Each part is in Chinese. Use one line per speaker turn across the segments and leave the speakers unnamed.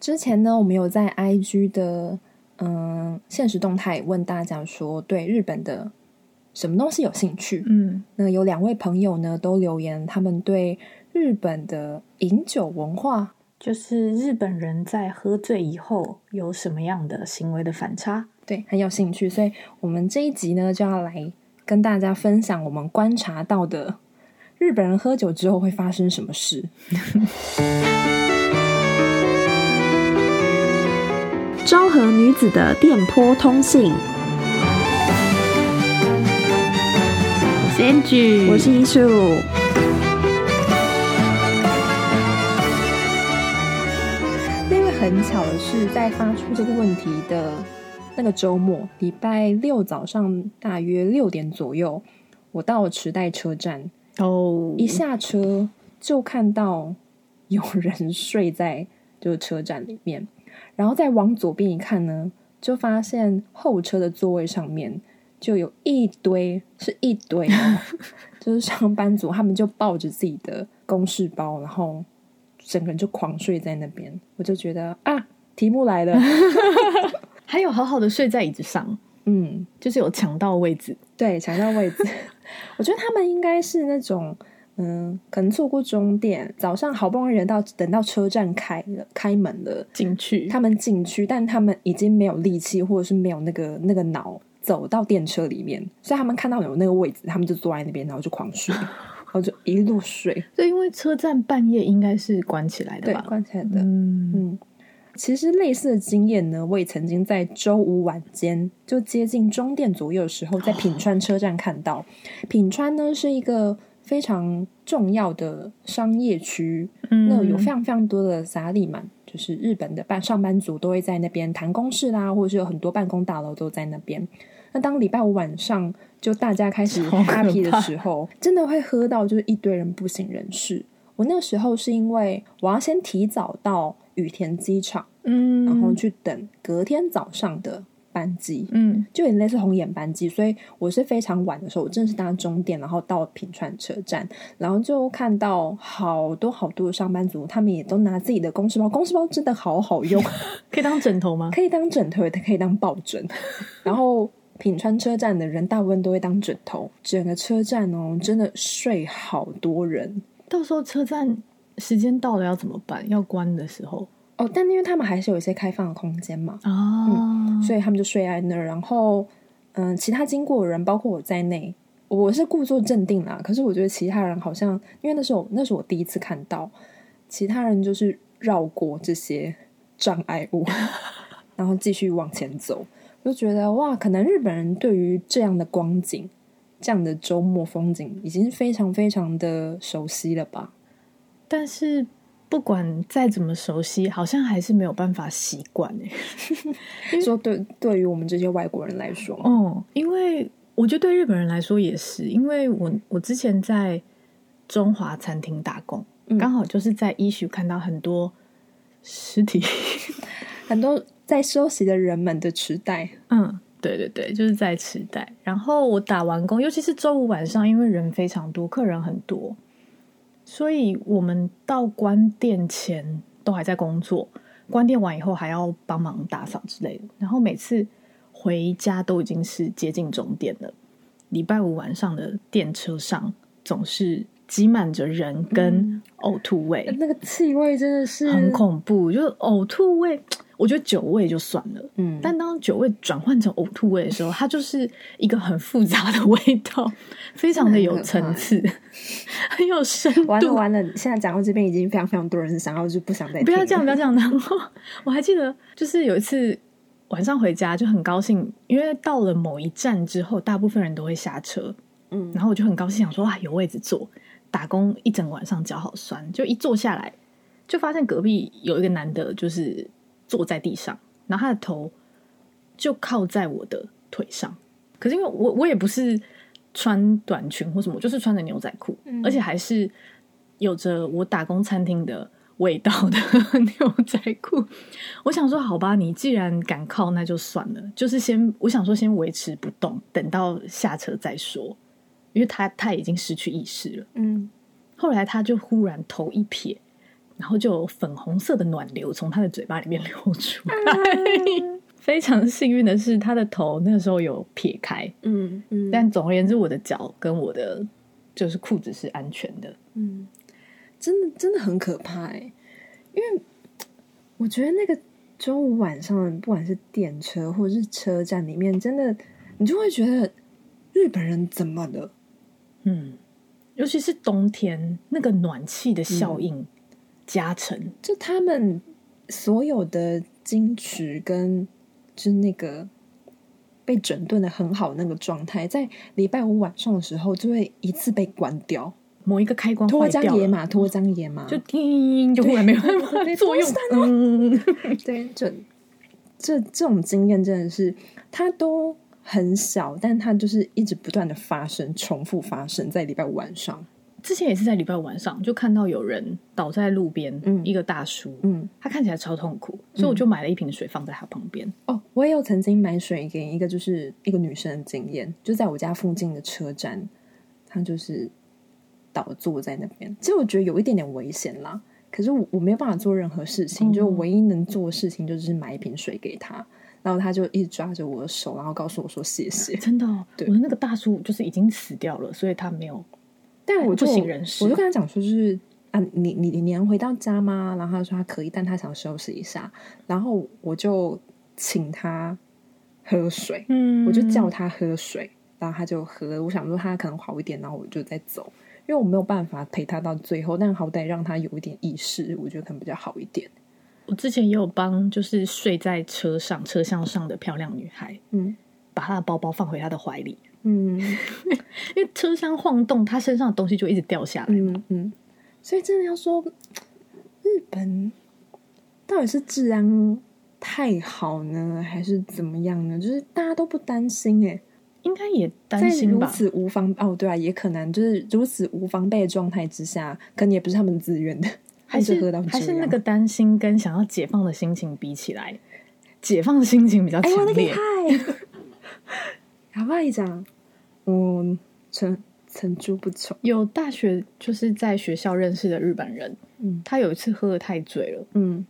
之前呢，我们有在 IG 的嗯现实动态问大家说，对日本的什么东西有兴趣？
嗯
那有两位朋友呢都留言，他们对日本的饮酒文化，
就是日本人在喝醉以后有什么样的行为的反差？
对很有兴趣，所以我们这一集呢就要来跟大家分享我们观察到的日本人喝酒之后会发生什么事。
昭和女子的电波通信。
我是 Angie，
我是一树，
因为很巧的是，在发出这个问题的那个周末，礼拜六早上大约六点左右，我到了池袋车站，
哦
一下车就看到有人睡在就是车站里面，然后再往左边一看呢，就发现后车的座位上面就有一堆，是一堆哦，就是上班族，他们就抱着自己的公事包，然后整个人就狂睡在那边，我就觉得啊，题目来了，
还有好好的睡在椅子上，
嗯，
就是有抢到位置。
对，抢到位置。 我觉得他们应该是那种，嗯，可能错过终点，早上好不容易人到等到车站开了开门了，
进去，
他们进去，但他们已经没有力气，或者是没有那个那个脑走到电车里面，所以他们看到有那个位置，他们就坐在那边，然后就狂睡，然后就一路睡，
对，因为车站半夜应该是关起来的
对，
吧？
关起来的。
嗯，
嗯，其实类似的经验呢，我也曾经在周五晚间，就接近终点左右的时候，在品川车站看到。品川呢是一个非常重要的商业区，
嗯
那有非常非常多的萨利曼，就是日本的办上班族都会在那边谈公事啦，或者是有很多办公大楼都在那边。那当礼拜五晚上就大家开始
超可怕
happy 的时候，真的会喝到就是一堆人不省人事。我那时候是因为我要先提早到羽田机场，
嗯，
然后去等隔天早上的班机，
嗯
就有点类似红眼班机，所以我是非常晚的时候，我正式搭终点，然后到品川车站，然后就看到好多好多的上班族，他们也都拿自己的公事包，公事包真的好好用，
可以当枕头吗？
可以当枕头，也可以当抱枕。然后品川车站的人大部分都会当枕头，整个车站哦，真的睡好多人
到时候车站时间到了要怎么办？要关的时候
哦。但因为他们还是有一些开放的空间嘛，
啊，
所以他们就睡在那儿。然后，嗯，其他经过的人，包括我在内，我是故作镇定啦。可是我觉得其他人好像，因为那时候那是我第一次看到，其他人就是绕过这些障碍 物，然后继续往前走。我就觉得哇，可能日本人对于这样的光景、这样的周末风景，已经非常非常的熟悉了吧？
但是不管再怎么熟悉，好像还是没有办法习惯哎。
说对，对于我们这些外国人来说，
哦，因为我觉得对日本人来说也是，因为我我之前在中华餐厅打工，
嗯
刚好就是在一区看到很多尸体。
很多在休息的人们的痴呆。
嗯，对对对，就是在池袋。然后我打完工，尤其是周五晚上，因为人非常多，客人很多，所以我们到关店前都还在工作，关店完以后还要帮忙打扫之类的。然后每次回家都已经是接近终点了。礼拜五晚上的电车上总是挤满着人跟呕吐味，
那个气味嗯真的是
很，恐怖。就是呕吐味，我觉得酒味就算了。
嗯，但
但当酒味转换成呕吐味的时候，它就是一个很复杂的味道，非常的有层次， 很有深度。
完了完了，现在讲到这边已经非常非常多人想要就不想再
不要这
听了
样，不要这样。然后我还记得，就是有一次晚上回家就很高兴，因为到了某一站之后，大部分人都会下车，
嗯，
然后我就很高兴，想说啊有位置坐。打工一整晚上脚好酸，就一坐下来就发现隔壁有一个男的，就是坐在地上，然后他的头就靠在我的腿上。可是因为我我也不是穿短裙或什么，我就是穿着牛仔裤，
嗯
而且还是有着我打工餐厅的味道的 牛仔裤。我想说，好吧，你既然敢靠，那就算了，就是先我想说先维持不动，等到下车再说，因为他他已经失去意识了。
嗯，
后来他就忽然头一撇，然后就有粉红色的暖流从他的嘴巴里面流出来。非常幸运的是，他的头那时候有撇开，
嗯嗯，
但总而言之，我的脚跟我的就是裤子是安全的。
嗯，真的真的很可怕哎、因为我觉得那个周五晚上，不管是电车或者是车站里面，真的你就会觉得日本人怎么了？
嗯，尤其是冬天，那个暖气的效应加成，
就他们所有的矜持跟就是那个被整顿的很好那个状态，在礼拜五晚上的时候就会一次被关掉，
某一个开关
脱
坏
缰
掉
野
了，嗯
马，脱缰野马，
就叮就忽然没办法
对
作用
对。
嗯，
对，就这这种经验真的是，它都很小，但它就是一直不断的发生，重复发生在礼拜五晚上。
之前也是在礼拜五晚上就看到有人倒在路边，
嗯
一个大叔，
嗯，
他看起来超痛苦，所以我就买了一瓶水放在他旁边。
哦，我也有曾经买水给一个就是一个女生的经验，就在我家附近的车站，她就是倒坐在那边。其实我觉得有一点点危险啦，可是我我没有办法做任何事情，
嗯
就唯一能做的事情就是买一瓶水给她，然后她就一直抓着我的手，然后告诉我说谢谢。
真的、哦，
对
我的那个大叔就是已经死掉了，所以他没有
但我就
不省人事
我就跟他讲说，就是啊，你你你能回到家吗？然后他说他可以，但他想休息一下。然后我就请他喝水，
嗯
我就叫他喝水，然后他就喝。我想说他可能好一点，然后我就再走，因为我没有办法陪他到最后，但好歹让他有一点意识，我觉得可能比较好一点。
我之前也有帮，就是睡在车上车厢上的漂亮女孩，
嗯
把她的包包放回她的怀里，
嗯
因为车厢晃动，她身上的东西就一直掉下来。
嗯嗯，所以真的要说，日本到底是治安太好呢，还是怎么样呢？就是大家都不担心哎、
应该也担
在
心
如
吧？
此无防哦，对啊，也可能就是如此无防备的状态之下，可能也不是他们自愿的，
还
一直喝到
是
这样
还是那个担心跟想要解放的心情比起来，解放的心情比较
哎
强
呦，我的
烈。
害， やばいじゃん。嗯，层层出不穷。
有大学就是在学校认识的日本人，
嗯
他有一次喝的太醉了，
嗯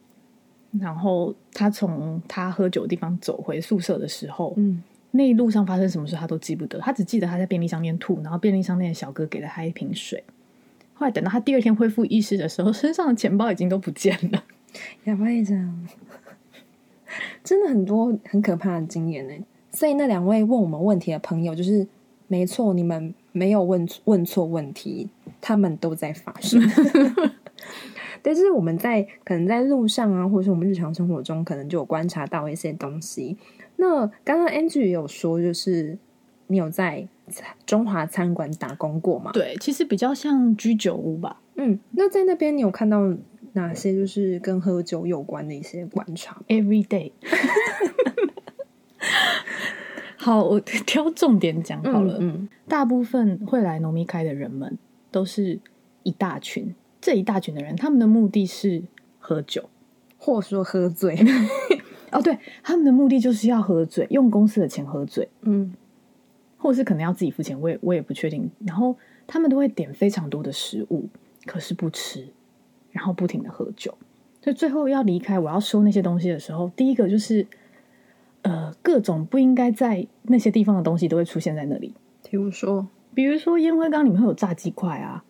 然后他从他喝酒的地方走回宿舍的时候，
嗯，
那一路上发生什么事他都记不得，他只记得他在便利商店吐，然后便利商店的小哥给了他一瓶水。后来等到他第二天恢复意识的时候，身上的钱包已经都不见了。
やばいじゃん。 真的很多很可怕的经验呢。所以那两位问我们问题的朋友，就是没错，你们没有问问错问题，他们都在发生。 但是我们在可能在路上啊，或者是我们日常生活中，可能就有观察到一些东西。那刚刚 Angie 也有说，就是你有在中华餐馆打工过吗？
对，其实比较像居酒屋吧。
嗯，那在那边你有看到哪些就是跟喝酒有关的一些观察吗
Every day。好，我挑重点讲好了。
嗯
大部分会来农民开的人们都是一大群，这一大群的人，他们的目的是喝酒。
或说喝醉，
哦，对，他们的目的就是要喝醉，用公司的钱喝醉。
嗯
或者是可能要自己付钱，我也我也不确定。然后他们都会点非常多的食物，可是不吃，然后不停的喝酒，所以最后要离开，我要收那些东西的时候，第一个就是，呃，各种不应该在那些地方的东西都会出现在那里，
比如说，
比如说烟灰缸里面会有炸鸡块啊，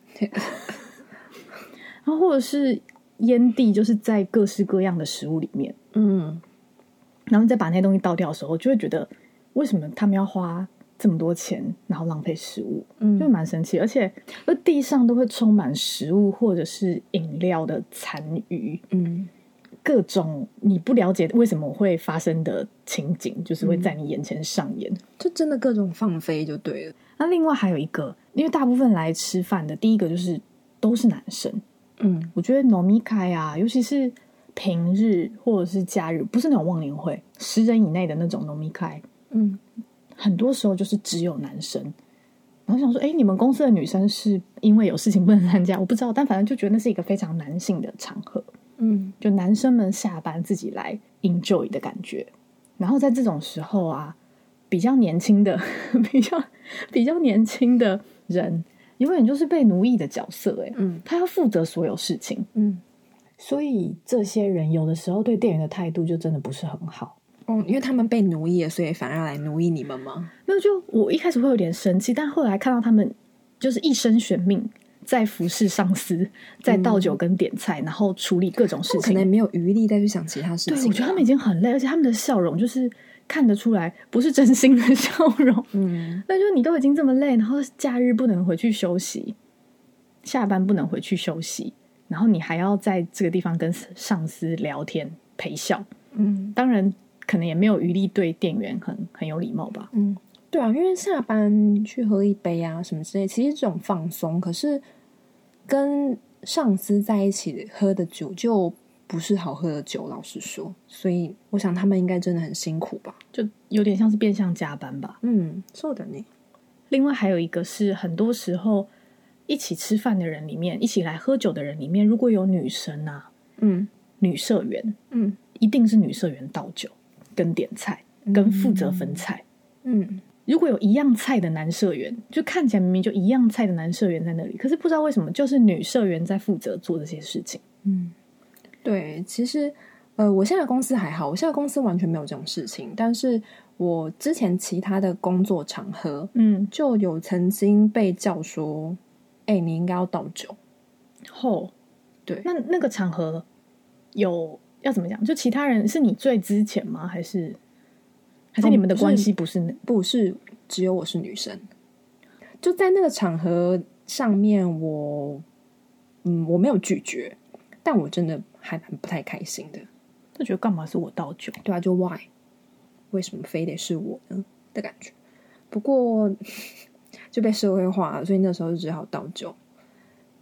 然后或者是烟蒂，就是在各式各样的食物里面。
嗯
然后再把那些东西倒掉的时候，就会觉得为什么他们要花这么多钱，然后浪费食物，
嗯
就蛮神奇。而且，而地上都会充满食物或者是饮料的残余，
嗯
各种你不了解为什么会发生的情景，就是会在你眼前上演。
就真的各种放飞就对了，
那另外还有一个，因为大部分来吃饭的，第一个就是都是男生，
嗯
我觉得农米开啊，尤其是平日或者是假日，不是那种忘年会，十人以内的那种农米开。
嗯
很多时候就是只有男生。然后想说，哎，你们公司的女生是因为有事情不能参加，我不知道，但反正就觉得那是一个非常男性的场合，
嗯
就男生们下班自己来 enjoy 的感觉。然后在这种时候啊，比较年轻的、 比较比较年轻的人，永远就是被奴役的角色、诶，哎，
嗯
他要负责所有事情，
嗯
所以这些人有的时候对店员的态度就真的不是很好。
嗯，因为他们被奴役了，所以反而要来奴役你们吗？
没有，就我一开始会有点生气，但后来看到他们就是一生悬命在服侍上司，在倒酒跟点菜，然后处理各种
嗯他
事
们可
情，
能没有余力再去想其他事
对，
情。
我觉得他们已，经很累，而且他们的笑容就是看得出来不是真心的笑容。
嗯，
那就是你都已经这么累，然后假日不能回去休息，下班不能回去休息，然后你还要在这个地方跟上司聊天陪笑，
嗯
当然可能也没有余力对店员很很有礼貌吧。
嗯，对啊，因为下班去喝一杯啊什么之类，其实这种放松，可是跟上司在一起喝的酒就不是好喝的酒，老实说，所以我想他们应该真的很辛苦吧。
就有点像是变相加班吧。
嗯，そうだね。
另外还有一个是，很多时候一起吃饭的人里面，一起来喝酒的人里面，如果有女生啊，
嗯
女社员
嗯
一定是女社员倒酒、跟点菜、跟负责分菜。
嗯
如果有一样菜的男社员，就看起来明明就一样菜的男社员在那里，可是不知道为什么就是女社员在负责做这些事情。
嗯，对，其实呃，我现在的公司还好，我现在的公司完全没有这种事情，但是我之前其他的工作场合
嗯，
就有曾经被叫说，哎、你应该要倒酒。
后
对
那那个场合有要怎么讲？就其他人是你最之前吗？还是还是
哦
你们的
不是
关系不是那？
不是只有我是女生，就在那个场合上面我，嗯，我没有拒绝，但我真的还蛮不太开心的。
就觉得干嘛是我倒酒？
对啊，就 why？为什么非得是我呢的感觉？不过 就被社会化了，所以那时候就只好倒酒。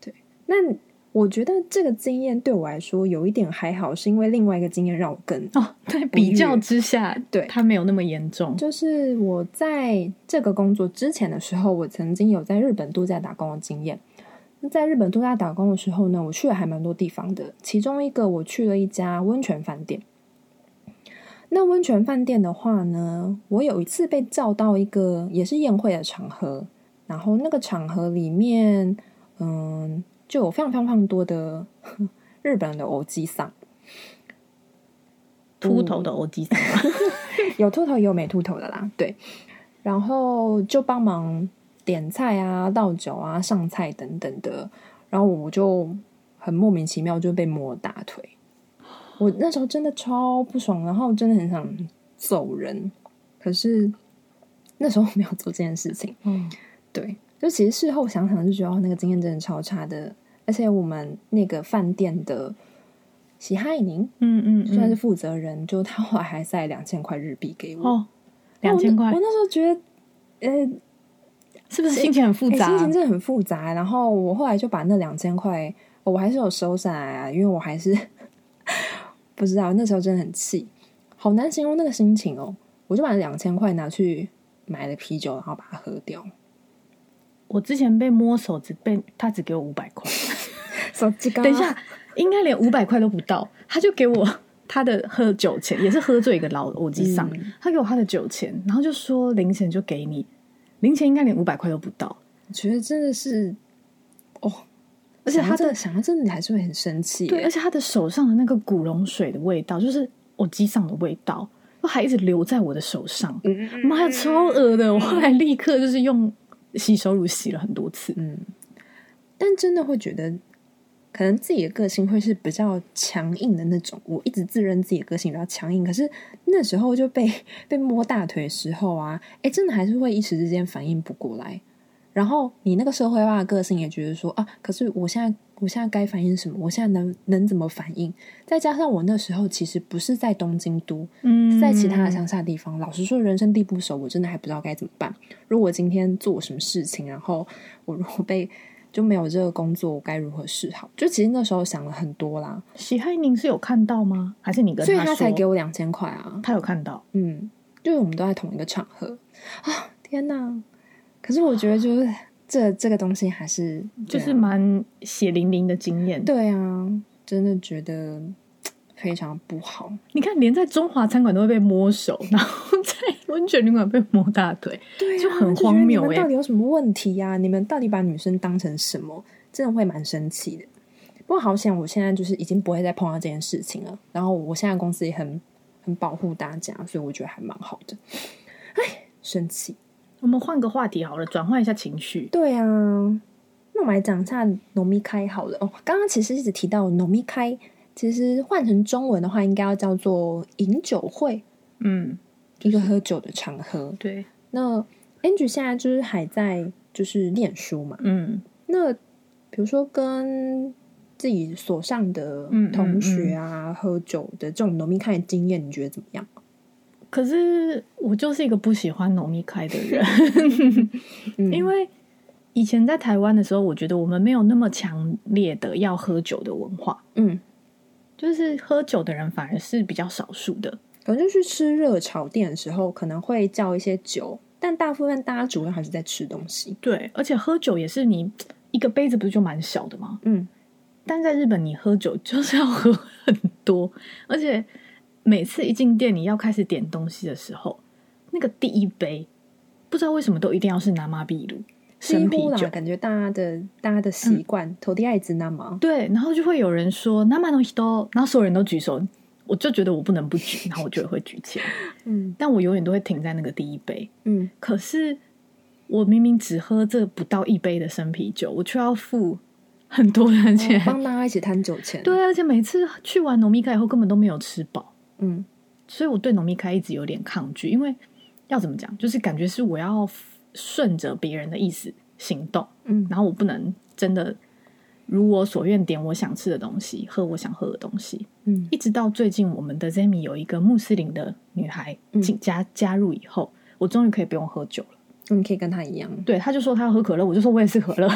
对，那我觉得这个经验对我来说有一点还好，是因为另外一个经验让我更
哦，在比较之下，
对
他没有那么严重。
就是我在这个工作之前的时候，我曾经有在日本度假打工的经验。那在日本度假打工的时候呢，我去了还蛮多地方的，其中一个我去了一家温泉饭店。那温泉饭店的话呢，我有一次被叫到一个也是宴会的场合，然后那个场合里面，嗯，就有非常非常非常多的 日本的欧基桑，
秃头的欧吉桑，
有秃头也有没秃头的啦，对。然后就帮忙点菜啊、倒酒啊、上菜等等的，然后我就很莫名其妙就被摸大腿，我那时候真的超不爽，然后真的很想揍人，可是那时候没有做这件事情。
嗯，
对，就其实事后想想就觉得哦那个经验真的超差的，而且我们那个饭店的喜哈伊宁
嗯嗯，
算是负责人，就他后来还塞两千块日币给我。
哦，两千块
我那我，那时候觉得，呃，
是不是心情很复杂
欸？心情真的很复杂。然后我后来就把那两千块，我还是有收下来啊，因为我还是 不知道那时候真的很气，好难形容那个心情哦。我就把两千块拿去买了啤酒，然后把它喝掉。
我之前被摸手指，被他只给我五百块，
等
等一下，应该连五百块都不到，他就给我他的喝酒钱，也是喝醉一个老欧吉桑，
嗯
他给我他的酒钱，然后就说零钱就给你，零钱应该连五百块都不到，
我觉得真的是，哦，
而且他
想到这
的
个想到这里还是会很生气耶。
对，而且他的手上的那个古龙水的味道，就是我机上的味道，都还一直留在我的手上。
嗯，嗯
妈呀，超恶的！我后来立刻就是用洗手乳洗了很多次。
嗯，但真的会觉得，可能自己的个性会是比较强硬的那种。我一直自认自己的个性比较强硬，可是那时候就被 被摸大腿的时候啊，哎，真的还是会一时之间反应不过来。然后你那个社会化的个性也觉得说啊，可是我现在我现在该反应什么？我现在能能怎么反应？再加上我那时候其实不是在东京都，
嗯
在其他的乡下地方，老实说，人生地不熟，我真的还不知道该怎么办。如果今天做什么事情，然后我如果被就没有这个工作，我该如何是好？就其实那时候想了很多啦，
喜嗨宁是有看到吗？还是你跟
所以
他
他才
说
给我两千块啊。
他有看到？
嗯，就是我们都在同一个场合啊，天哪！可是我觉得就是这这个东西还是
就是
对啊
蛮血淋淋的经验。，
对啊，真的觉得嘖非常不好。
你看，连在中华餐馆都会被摸手，然后在温泉旅馆被摸大腿，
对、啊，
就很
觉得
荒谬
你们
欸
到底有什么问题呀、你们到底把女生当成什么？真的会蛮生气的。不不过好险，我现在就是已经不会再碰到这件事情了。然后我现在公司也很很保护大家，所以我觉得还蛮好的。哎，生气。
我们换个话题好了，转换一下情绪。
对啊，那我们来讲一下农咪开好了。哦，刚刚其实一直提到农咪开，其实换成中文的话，应该要叫做饮酒会，
嗯，
一个喝酒的场合。
对，
那 Angie 现在就是还在就是念书嘛，
嗯
那比如说跟自己所上的
嗯嗯
同学啊、喝酒的这种农民开的经验，你觉得怎么样？
可是我就是一个不喜欢浓密开的人，
嗯
因为以前在台湾的时候，我觉得我们没有那么强烈的要喝酒的文化，
嗯，
就是喝酒的人反而是比较少数的。
可能就去吃热炒店的时候，可能会叫一些酒，但大部分大家主要还是在吃东西。
对，而且喝酒也是你一个杯子不是就蛮小的吗？
嗯，
但在日本，你喝酒就是要喝很多，而且每次一进店你要开始点东西的时候，那个第一杯不知道为什么都一定要是拿马比鲁
几
生啤
乎啦
酒，，嗯
感觉大家的大家的习惯，投地爱子那嘛，
对，然后就会有人说那马东西都，然后所有人都举手，我就觉得我不能不举， 然后我就会举起来，
嗯
但我永远都会停在那个第一杯。
嗯，
可是我明明只喝这不到一杯的生啤酒，我却要付很多的钱。
哦帮大家一起摊酒钱。，
对，而且每次去完农密开以后根本都没有吃饱，
嗯
所以我对农密开一直有点抗拒，因为要怎么讲，就是感觉是我要顺着别人的意思行动，
嗯
然后我不能真的如我所愿点我想吃的东西，喝我想喝的东西。
嗯
一直到最近我们的 Zemi 有一个穆斯林的女孩
嗯
进加加入以后，我终于可以不用喝酒了。
嗯你可以跟他一样，
对，他就说他要喝可乐，我就说我也 是可乐，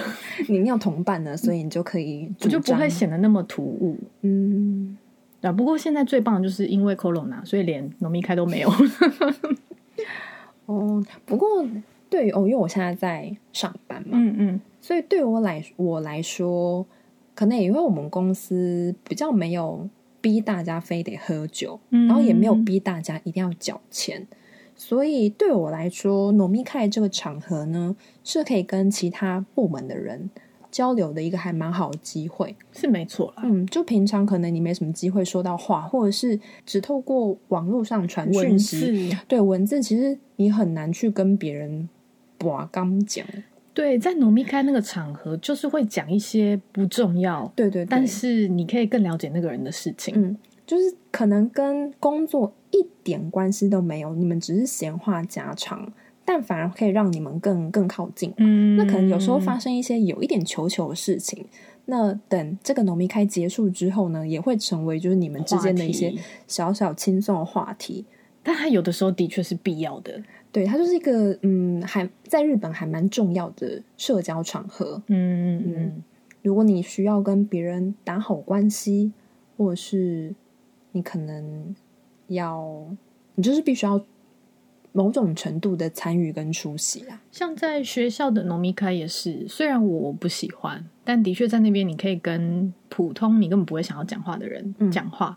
你要同伴呢，所以你就可以
我
主
就
张，
不会显得那么突兀。
嗯。
啊，不过现在最棒的就是因为 Corona，所以连农民开都没有。
哦，不过对于哦，因为我现在在上班嘛，
嗯 嗯，
所以对我来我来说，可能也因为我们公司比较没有逼大家非得喝酒，
嗯
然后也没有逼大家一定要缴钱，所以对我来说，农密开这个场合呢，是可以跟其他部门的人交流的一个还蛮好的机会。
是没错啦。
嗯，就平常可能你没什么机会说到话，或者是只透过网络上传嗯讯
文
息，
字
对文字，其实你很难去跟别人把刚讲。
对，在农民开那个场合，就是会讲一些不重要，
对对对，
但是你可以更了解那个人的事情。
嗯，就是可能跟工作一点关系都没有，你们只是闲话家常，但反而可以让你们更更靠近。
嗯
那可能有时候发生一些有一点球球的事情，那等这个农民开结束之后呢，也会成为就是你们之间的一些
话题
小小轻松的话题。
但他有的时候的确是必要的。
对，它就是一个嗯，还在日本还蛮重要的社交场合。
嗯嗯嗯，
如果你需要跟别人打好关系，或者是你可能要，你就是必须要某种程度的参与跟出席啊。
像在学校的农民开也是，虽然我不喜欢，但的确在那边你可以跟普通你根本不会想要讲话的人
嗯
讲话，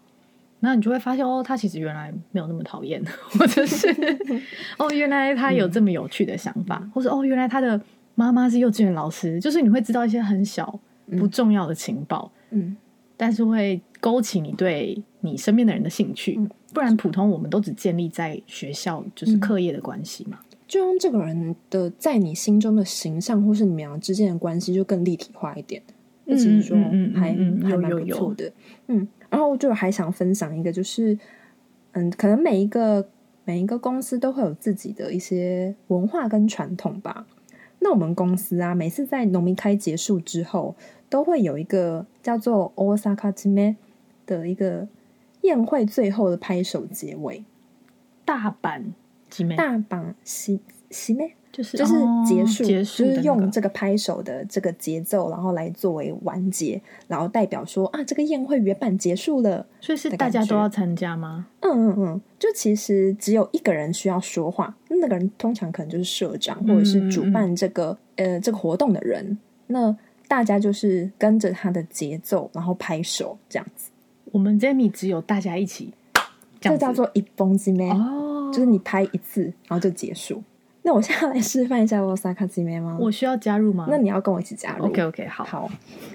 那、你就会发现哦，他其实原来没有那么讨厌， 或者 是哦，原来他
嗯
有这么有趣的想法，或者哦，原来他的妈妈是幼稚园老师，就是你会知道一些很小不重要的情报，
嗯，
但是会勾起你对你身边的人的兴趣。
嗯
不然，普通我们都只建立在学校就是课业的关系嘛。
就让这个人的在你心中的形象，或是你们俩之间的关系就更立体化一点。那其实说
嗯嗯嗯嗯
还、
嗯
还
有
蛮
有
不
有
错的。嗯，然后就还想分享一个，就是嗯，可能每一个每一个公司都会有自己的一些文化跟传统吧。那我们公司啊，每次在农民开结束之后，都会有一个叫做 Osaka t i m e 的一个宴会最后的拍手结尾，
大阪集美
大阪喜喜妹。
就是
就是
哦
结束，
结束
就
的
是
那个
用这个拍手的这个节奏，然后来作为完结，然后代表说啊，这个宴会原版结束了。
所以是
的
大
感
家
觉
都要参加吗？
嗯嗯嗯，就其实只有一个人需要说话，那个人通常可能就是社长或者
嗯
是主办这个、呃这个活动的人。那大家就是跟着他的节奏，然后拍手这样子，
我们 z e m i 只有大家一起，
这
这样子
叫做一蹦之妹，
哦，
就是你拍一次，然后就结束。那我现在来示范一下 Osaka 之妹吗？
我需要加入吗？
那你要跟我一起加入。
OK OK 好，
好，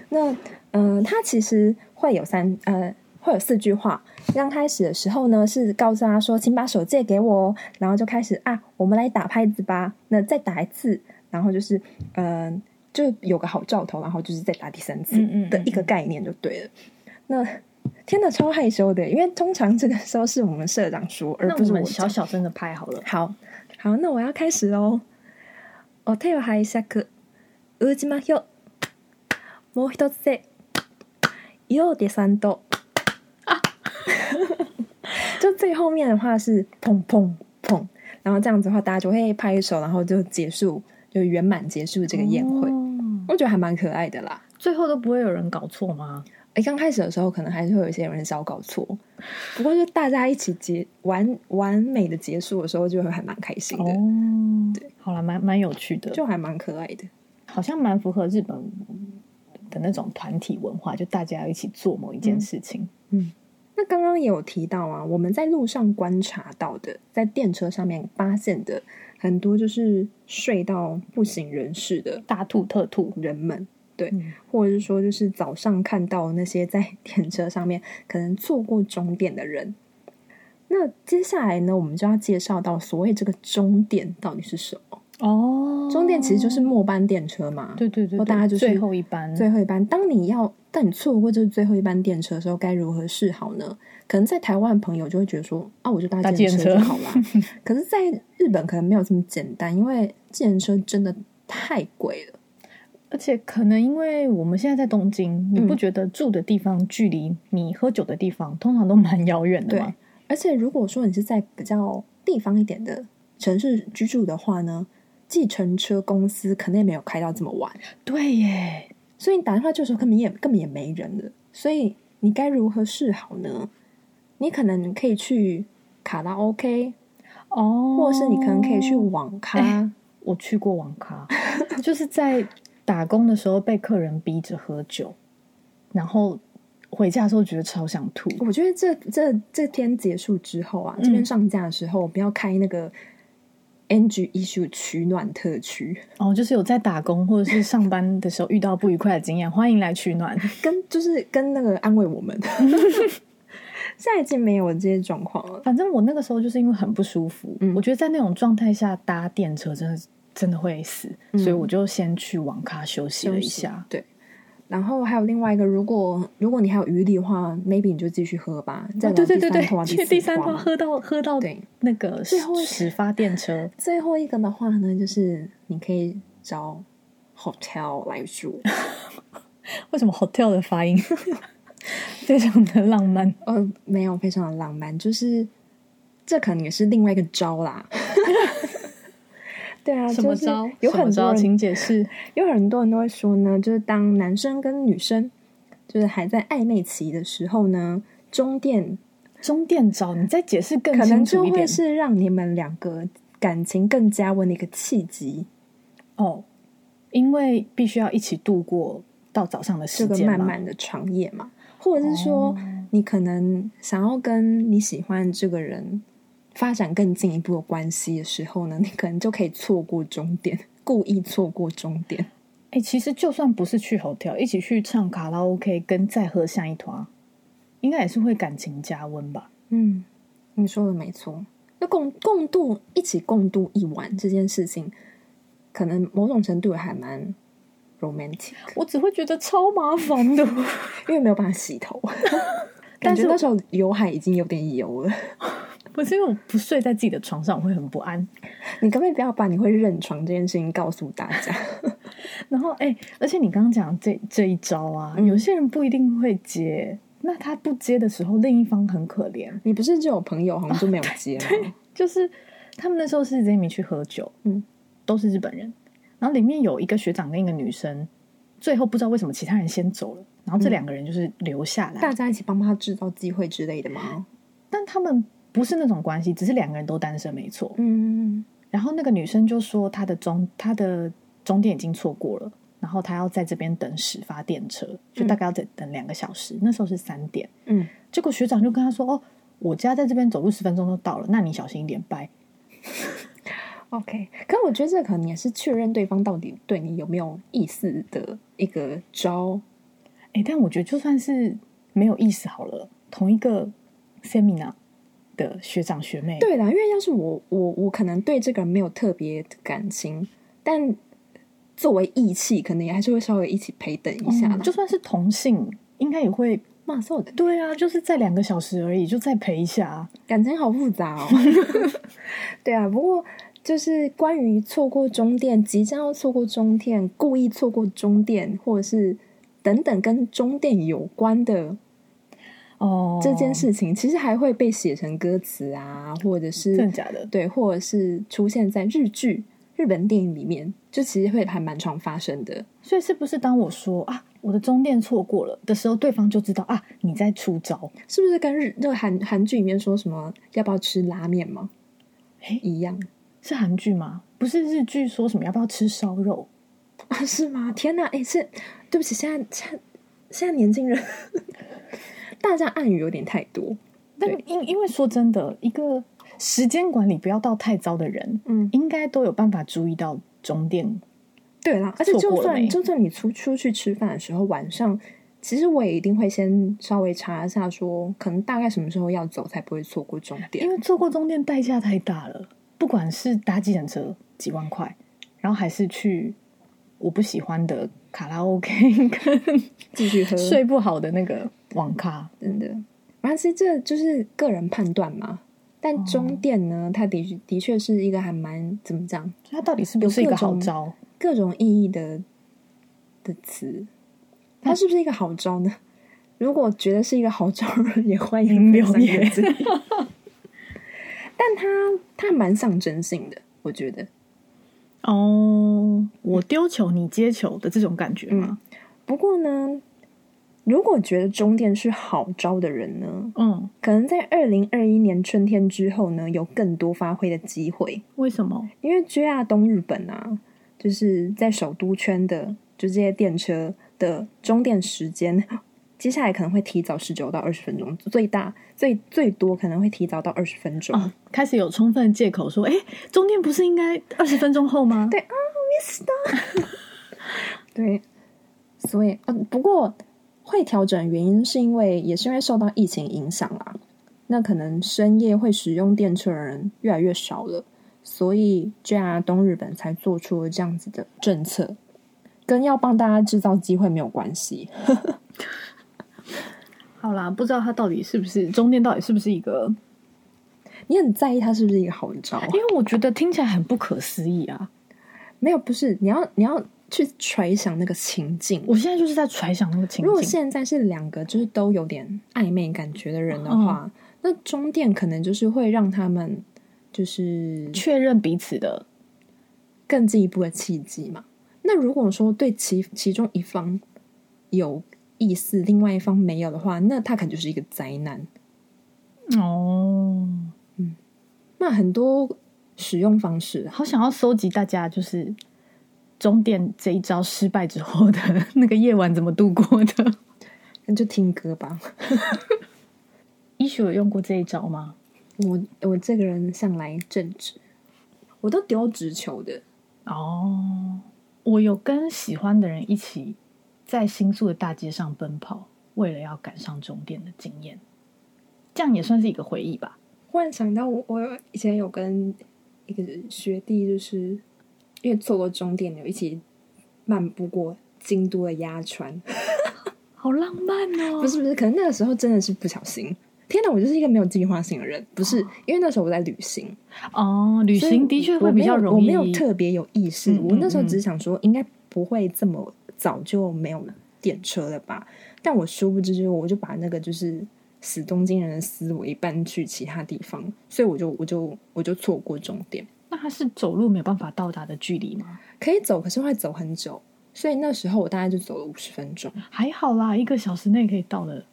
那嗯、他其实会有三呃，会有四句话。刚开始的时候呢，是告诉他说：“请把手借给我哦。”然后就开始啊，我们来打拍子吧。那再打一次，然后就是嗯、呃就有个好兆头，然后就是再打第三次
嗯嗯嗯
的一个概念就对了。那天哪，超害羞的，因为通常这个时候是我们社长说，而
那
不
我
是我
们
讲
小小声的拍好了。
好，好，那我要开始喽。お手を拝借、うじまひょ、もう一つで、ようでさんと。 就最后面的话是砰砰砰，然后这样子的话，大家就会拍手，然后就结束，就圆满结束这个宴会。
哦
我觉得还蛮可爱的啦。
最后都不会有人搞错吗？
哎，刚开始的时候可能还是会有一些人小搞错，不过就大家一起结完完美的结束的时候，就会还蛮开心的，
对，哦好了，蛮蛮有趣的，
就还蛮可爱的。
好像蛮符合日本的那种团体文化，就大家一起做某一件事
嗯
情。
那刚刚也有提到啊，我们在路上观察到的，在电车上面发现的很多就是睡到不省人事的
大吐特吐，
人们，对，
嗯
或者是说就是早上看到那些在 电车上面可能错过终点的人。那接下来呢，我们就要介绍到所谓这个终点到底是什么？
哦，
终点其实就是末班电车嘛，
对对对
或
对，
大家就是
最后一班，
最后一班，当你要当你错过这最后一班电车的时候，该如何是好呢？可能在台湾的朋友就会觉得说，啊，我就搭
搭
计程
计程
车
车
就好啦。 可是，在日本可能没有这么简单，因为计程车真的太贵了。
而且可能因为我们现在在东京，你不觉得住的地方距离你喝酒的地方通常都蛮遥远的
对
吗？，
而且如果说你是在比较地方一点的城市居住的话呢，计程车公司可能也没有开到这么晚，
对耶，
所以你打电话这时候根本也根本也没人了，所以你该如何是好呢？你可能可以去卡拉 OK，
哦，
或者是你可能可以去网咖，
哎我去过网咖，就是在打工的时候被客人逼着喝酒，然后回家的时候觉得超想吐。
我觉得这这这天结束之后啊，
嗯
这边上架的时候，我们要开那个 NG issue 取暖特区，
哦，就是有在打工或者是上班的时候遇到不愉快的经 验，欢迎来取暖。
跟就是跟那个安慰我 们。现在已经没有这些状况了。
反正我那个时候就是因为很不舒服，
嗯
我觉得在那种状态下搭电车真的是真的会死，
嗯
所以我就先去网咖休息了一下。
对。然后还有另外一个，如果如果你还有余力的话，maybe 你就继续喝吧。再
啊
聊
对对对
第三通
对，
啊
去第三
通
趟
啊
喝到喝到
对
那个
最后一
始发电车，
最后一个的话呢，就是你可以找 hotel 来住。
为什么 hotel 的发 音非常的浪漫？
呃，没有，非常的浪漫，就是这可能也是另外一个招啦。 对啊，
什么
就是
招？
有
什
很
么
多
招？
人
请，解释。
有很多人都会说呢，就是当男生跟女生就是还在暧昧期的时候呢，中电
中电招，你再解释更
可能
清楚
就
一
会
点。
是让你们两个感情更加温的一个契机，
哦，因为必须要一起度过到早上的
这
时
个
间嘛。
漫漫的长夜嘛，或者是说
哦
你可能想要跟你喜欢这个人发展更进一步的关系的时候呢，你可能就可以错过终点，故意错过终点。
哎、其实就算不是去 hotel，一起去唱卡拉 OK 跟再喝上一团，应该也是会感情加温吧？
嗯，你说的没错。那共共度一起共度一晚这件事情，可能某种程度还蛮 romantic，
我只会觉得超麻烦的。
因为没有办法洗头。
但
感
是
觉那时候刘海已经有点油了，
不是因 为我不睡在自己的床上，我会很不安。
你可不可以不要把你会认床这件事情告诉大家？
然后哎、而且你刚刚讲这这一招啊，
嗯
有些人不一定会接。那他不接的时候，另一方很可怜，
你不是就有朋友好像就没有接吗？
就是他们那时候是 Jamie 去喝酒，
嗯，
都是日本人，然后里面有一个学长跟一个女生，最后不知道为什么其他人先走了，然后这
嗯
两个人就是留下来，
大家一起帮他制造机会之类的吗？
但他们不是那种关系，只是两个人都单身，没错。
嗯，
然后那个女生就说她的终她的终点已经错过了，然后她要在这边等始发电车，就大概要等等两个小时。那时候是三点，
嗯，
结果学长就跟她说：“哦，我家在这边走路十分钟就到了，那你小心一点，拜。
OK，可我觉得这可能也是确认对方到底对你有没有意思的一个招。”
哎，但我觉得就算是没有意思好了，同一个 seminar 的学长学妹，
对啦，因为要是我我我可能对这个人没有特别的感情，但作为义气，可能也还是会稍微一起陪等一下啦。
嗯就算是同性，应该也会
骂我的
对啊，就是在两个小时而已，就再陪一下啊。
感情好复杂哦。对啊，不过就是关于错过终点、即将要错过终点、故意错过终点，或者是等等跟终点有关的
哦，
这件事情，其实还会被写成歌词啊，或者是
真的假的？
对，或者是出现在日剧、日本电影里面，就其实会还蛮常发生的。
所以是不是当我说啊我的终点错过了的时候，对方就知道啊你在出招？
是不是跟日那个韩韩剧里面说什么要不要吃拉面吗？
诶
一样
是韩剧吗？不是日剧说什么要不要吃烧肉？
啊？是吗？天哪！哎，是对不起，现在现在现在年轻人大家暗语有点太多。
但
对
因因为说真的，一个时间管理不要到太糟的人，
嗯，
应该都有办法注意到终点。
对啦，而且
错
就
过了没
算就算你出出去吃饭的时候，晚上其实我也一定会先稍微查一下说可能大概什么时候要走，才不会错过终点
因。为错过终点代价太大了，不管是搭计程车几万块，然后还是去我不喜欢的卡拉 OK 跟
继续喝，
睡不好的那个网咖，
真的。反正其实这就是个人判断嘛。
哦
但中电呢，它的的确是一个还蛮怎么讲，
它到底是不是一个好招？
各种意义的的词，它是不是一个好招呢？ 如果觉得是一个好招，也欢迎
留
分享给
言
自己 但它它蛮象征性的，我觉得。
哦，我丢球你接球的这种感觉吗？
不过呢，如果觉得中电是好招的人呢，
嗯，
可能在二零二一年春天之后呢，有更多发挥的机会。
为什么？
因为 JR 东日本啊，就是在首都圈的，就这些电车的终点时间， 接下来可能会提早十九到二十分钟，最大最最多可能会提早到二十分钟。
哦，开始有充分的借口说，哎，终点不是应该二十分钟后吗？
对对，所以嗯，不过会调整原因是因为也是因为受到疫情影响啦，那可能深夜会使用电车的人越来越少了，所以 JR 东日本才做出了这样子的政策，跟要帮大家制造机会没有关系。
好啦，不知道它到底是不是终点，到底是不是一个？
你很在意它是不是一个好招啊？
因为我觉得听起来很不可思议啊！
没有，不是，你要你要去揣想那个情境。
我现在就是在揣想那个哦情
如果
景。
现在是两个就是都有点暧昧感觉的人的
嗯
话，那中电可能就是会让他们就是
确认彼此的，
更进一步的契机嘛。那如果说对其其中一方有意思，另外一方没有的话，那他可能就是一个灾难。
哦，
那很多使用方式啊，
好想要收集大家就是终点这一招失败之后的那个夜晚怎么度过的。
那就听歌吧。
医学有用过这一招吗？
我我这个人向来正直，我都丢直球的。
哦，我有跟喜欢的人一起在新宿的大街上奔跑，为了要赶上终点的经验，这样也算是一个回忆吧。
忽然想到我，我有以前有跟一个学弟，就是因为错过终点，有一起漫步过京都的鸭川。
好浪漫哦！
不是不是，可能那个时候真的是不小心。天哪，我就是一个没有计划性的人，不是因为那时候我在旅行，
哦，旅
所以
行的确
我
会
没
比较
有
容
我
易。
没有特别有意识，
嗯嗯
我那时候只想说，应该不会这么早就没有电车了吧？但我殊不知，就是我就把那个就是死东京人的思维搬去其他地方，所以我就我就我就错过终点。
那它是走路没有办法到达的距离吗？
可以走，可是会走很久。所以那时候我大概就走了五十分钟，
还好啦，一个小时内可以到的。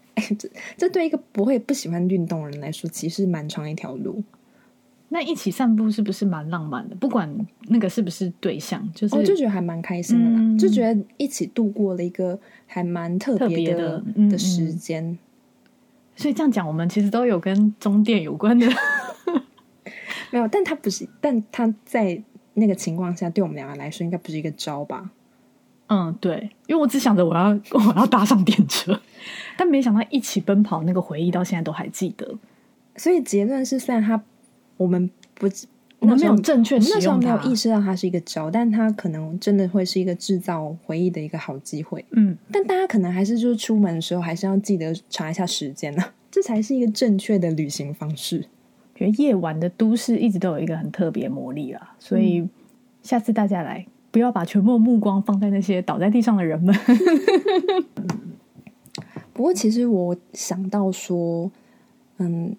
这对一个不会不喜欢运动的人来说，其实蛮长一条路。
那一起散步是不是蛮浪漫的？不管那个是不是对象，哦就是、
我、哦就觉得还蛮开心的啦，
嗯
就觉得一起度过了一个还蛮特
特别
别
的
的
嗯嗯
时间。
所以这样讲，我们其实都有跟终点有 关的。
没有，但他不是，但他在那个情况下，对我们两个来说，应该不是一个招吧？
嗯，对，因为我只想着我要我要搭上电车， 但没想到一起奔跑那个回忆到现在都还记得。
所以结论是，虽然它我们不
我们
那时候
没有正确
我们那时候
使用
没
它
有意识到它是一个招，但它可能真的会是一个制造回忆的一个好机会。
嗯，
但大家可能还是就是出门的时候，还是要记得查一下时间呢、这才是一个正确的旅行方式。
觉得夜晚的都市一直都有一个很特别的魔力啦，所以下次大家来，不要把全部的目光放在那些倒在地上的人们。
不过，其实我想到说，嗯，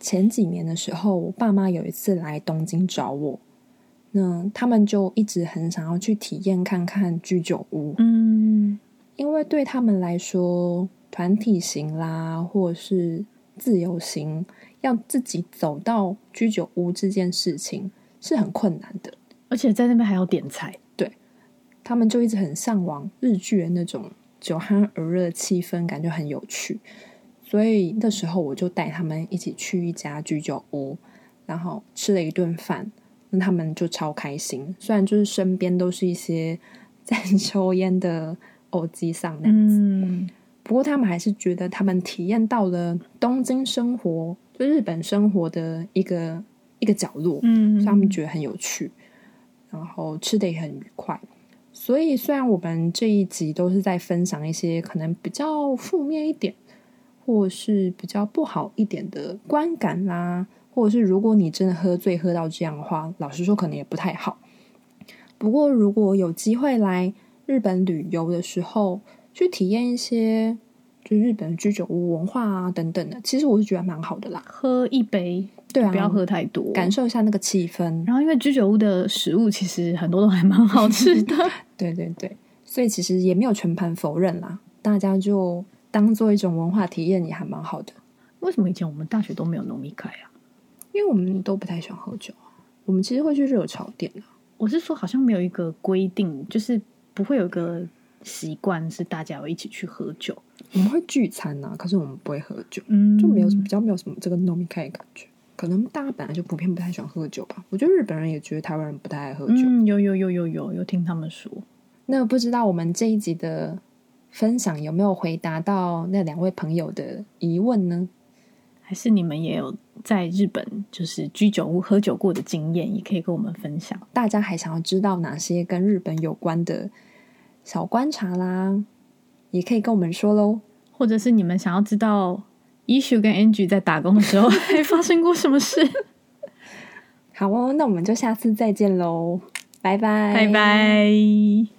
前几年的时候，我爸妈有一次来东京找我，那他们就一直很想要去体验看看居酒屋，
嗯，
因为对他们来说，团体型啦，或者是自由行，要自己走到居酒屋这件事情是很困难的。
而且在那边还要点菜，
他们就一直很向往日剧的那种酒酣耳热的气氛，感觉很有趣。所以那时候我就带他们一起去一家居酒屋，然后吃了一顿饭，那他们就超开心。虽然就是身边都是一些在抽烟的哦偶机上那样子，
嗯，
不过他们还是觉得他们体验到了东京生活，就日本生活的一个一个角落。
嗯
所以他们觉得很有趣，然后吃的也很愉快。所以虽然我们这一集都是在分享一些可能比较负面一点，或是比较不好一点的观感啦，或者是如果你真的喝醉喝到这样的话，老实说可能也不太好。不过如果有机会来日本旅游的时候，去体验一些就日本居酒屋文化啊等等的，其实我是觉得蛮好的啦。
喝一杯，
对啊，
不要喝太多，
感。受一下那个气氛。
然后，因为居酒屋的食物其实很多都还蛮好吃 的，
对对对，所以其实也没有全盘否认啦，大家就当做一种文化体验也还蛮好的，
为什么以前我们大学都没有农米开啊？
因为我们都不太喜欢喝酒啊，我们其实会去热炒店啊，
我是说，好像没有一个规定，就是不会有一个习惯是大家要一起去喝酒，
我们会聚餐啊，可是我们不会喝酒，
嗯
就没有什么比较没有什么这个 n o m i k 的感觉。可能大家本来就普遍不太喜欢喝酒吧，我觉得日本人也觉得台湾人不太爱喝酒。
嗯，有有有有有有听他们说，
那不知道我们这一集的分享有没有回答到那两位朋友的疑问呢？
还是你们也有在日本就是居酒屋喝酒过的经验，也可以跟我们分享。
大家还想要知道哪些跟日本有关的小观察啦，也可以跟我们说喽。
或者是你们想要知道 issue 跟 Angie 在打工的时 候还发生过什么事？
好哦，那我们就下次再见喽，拜拜，
拜拜。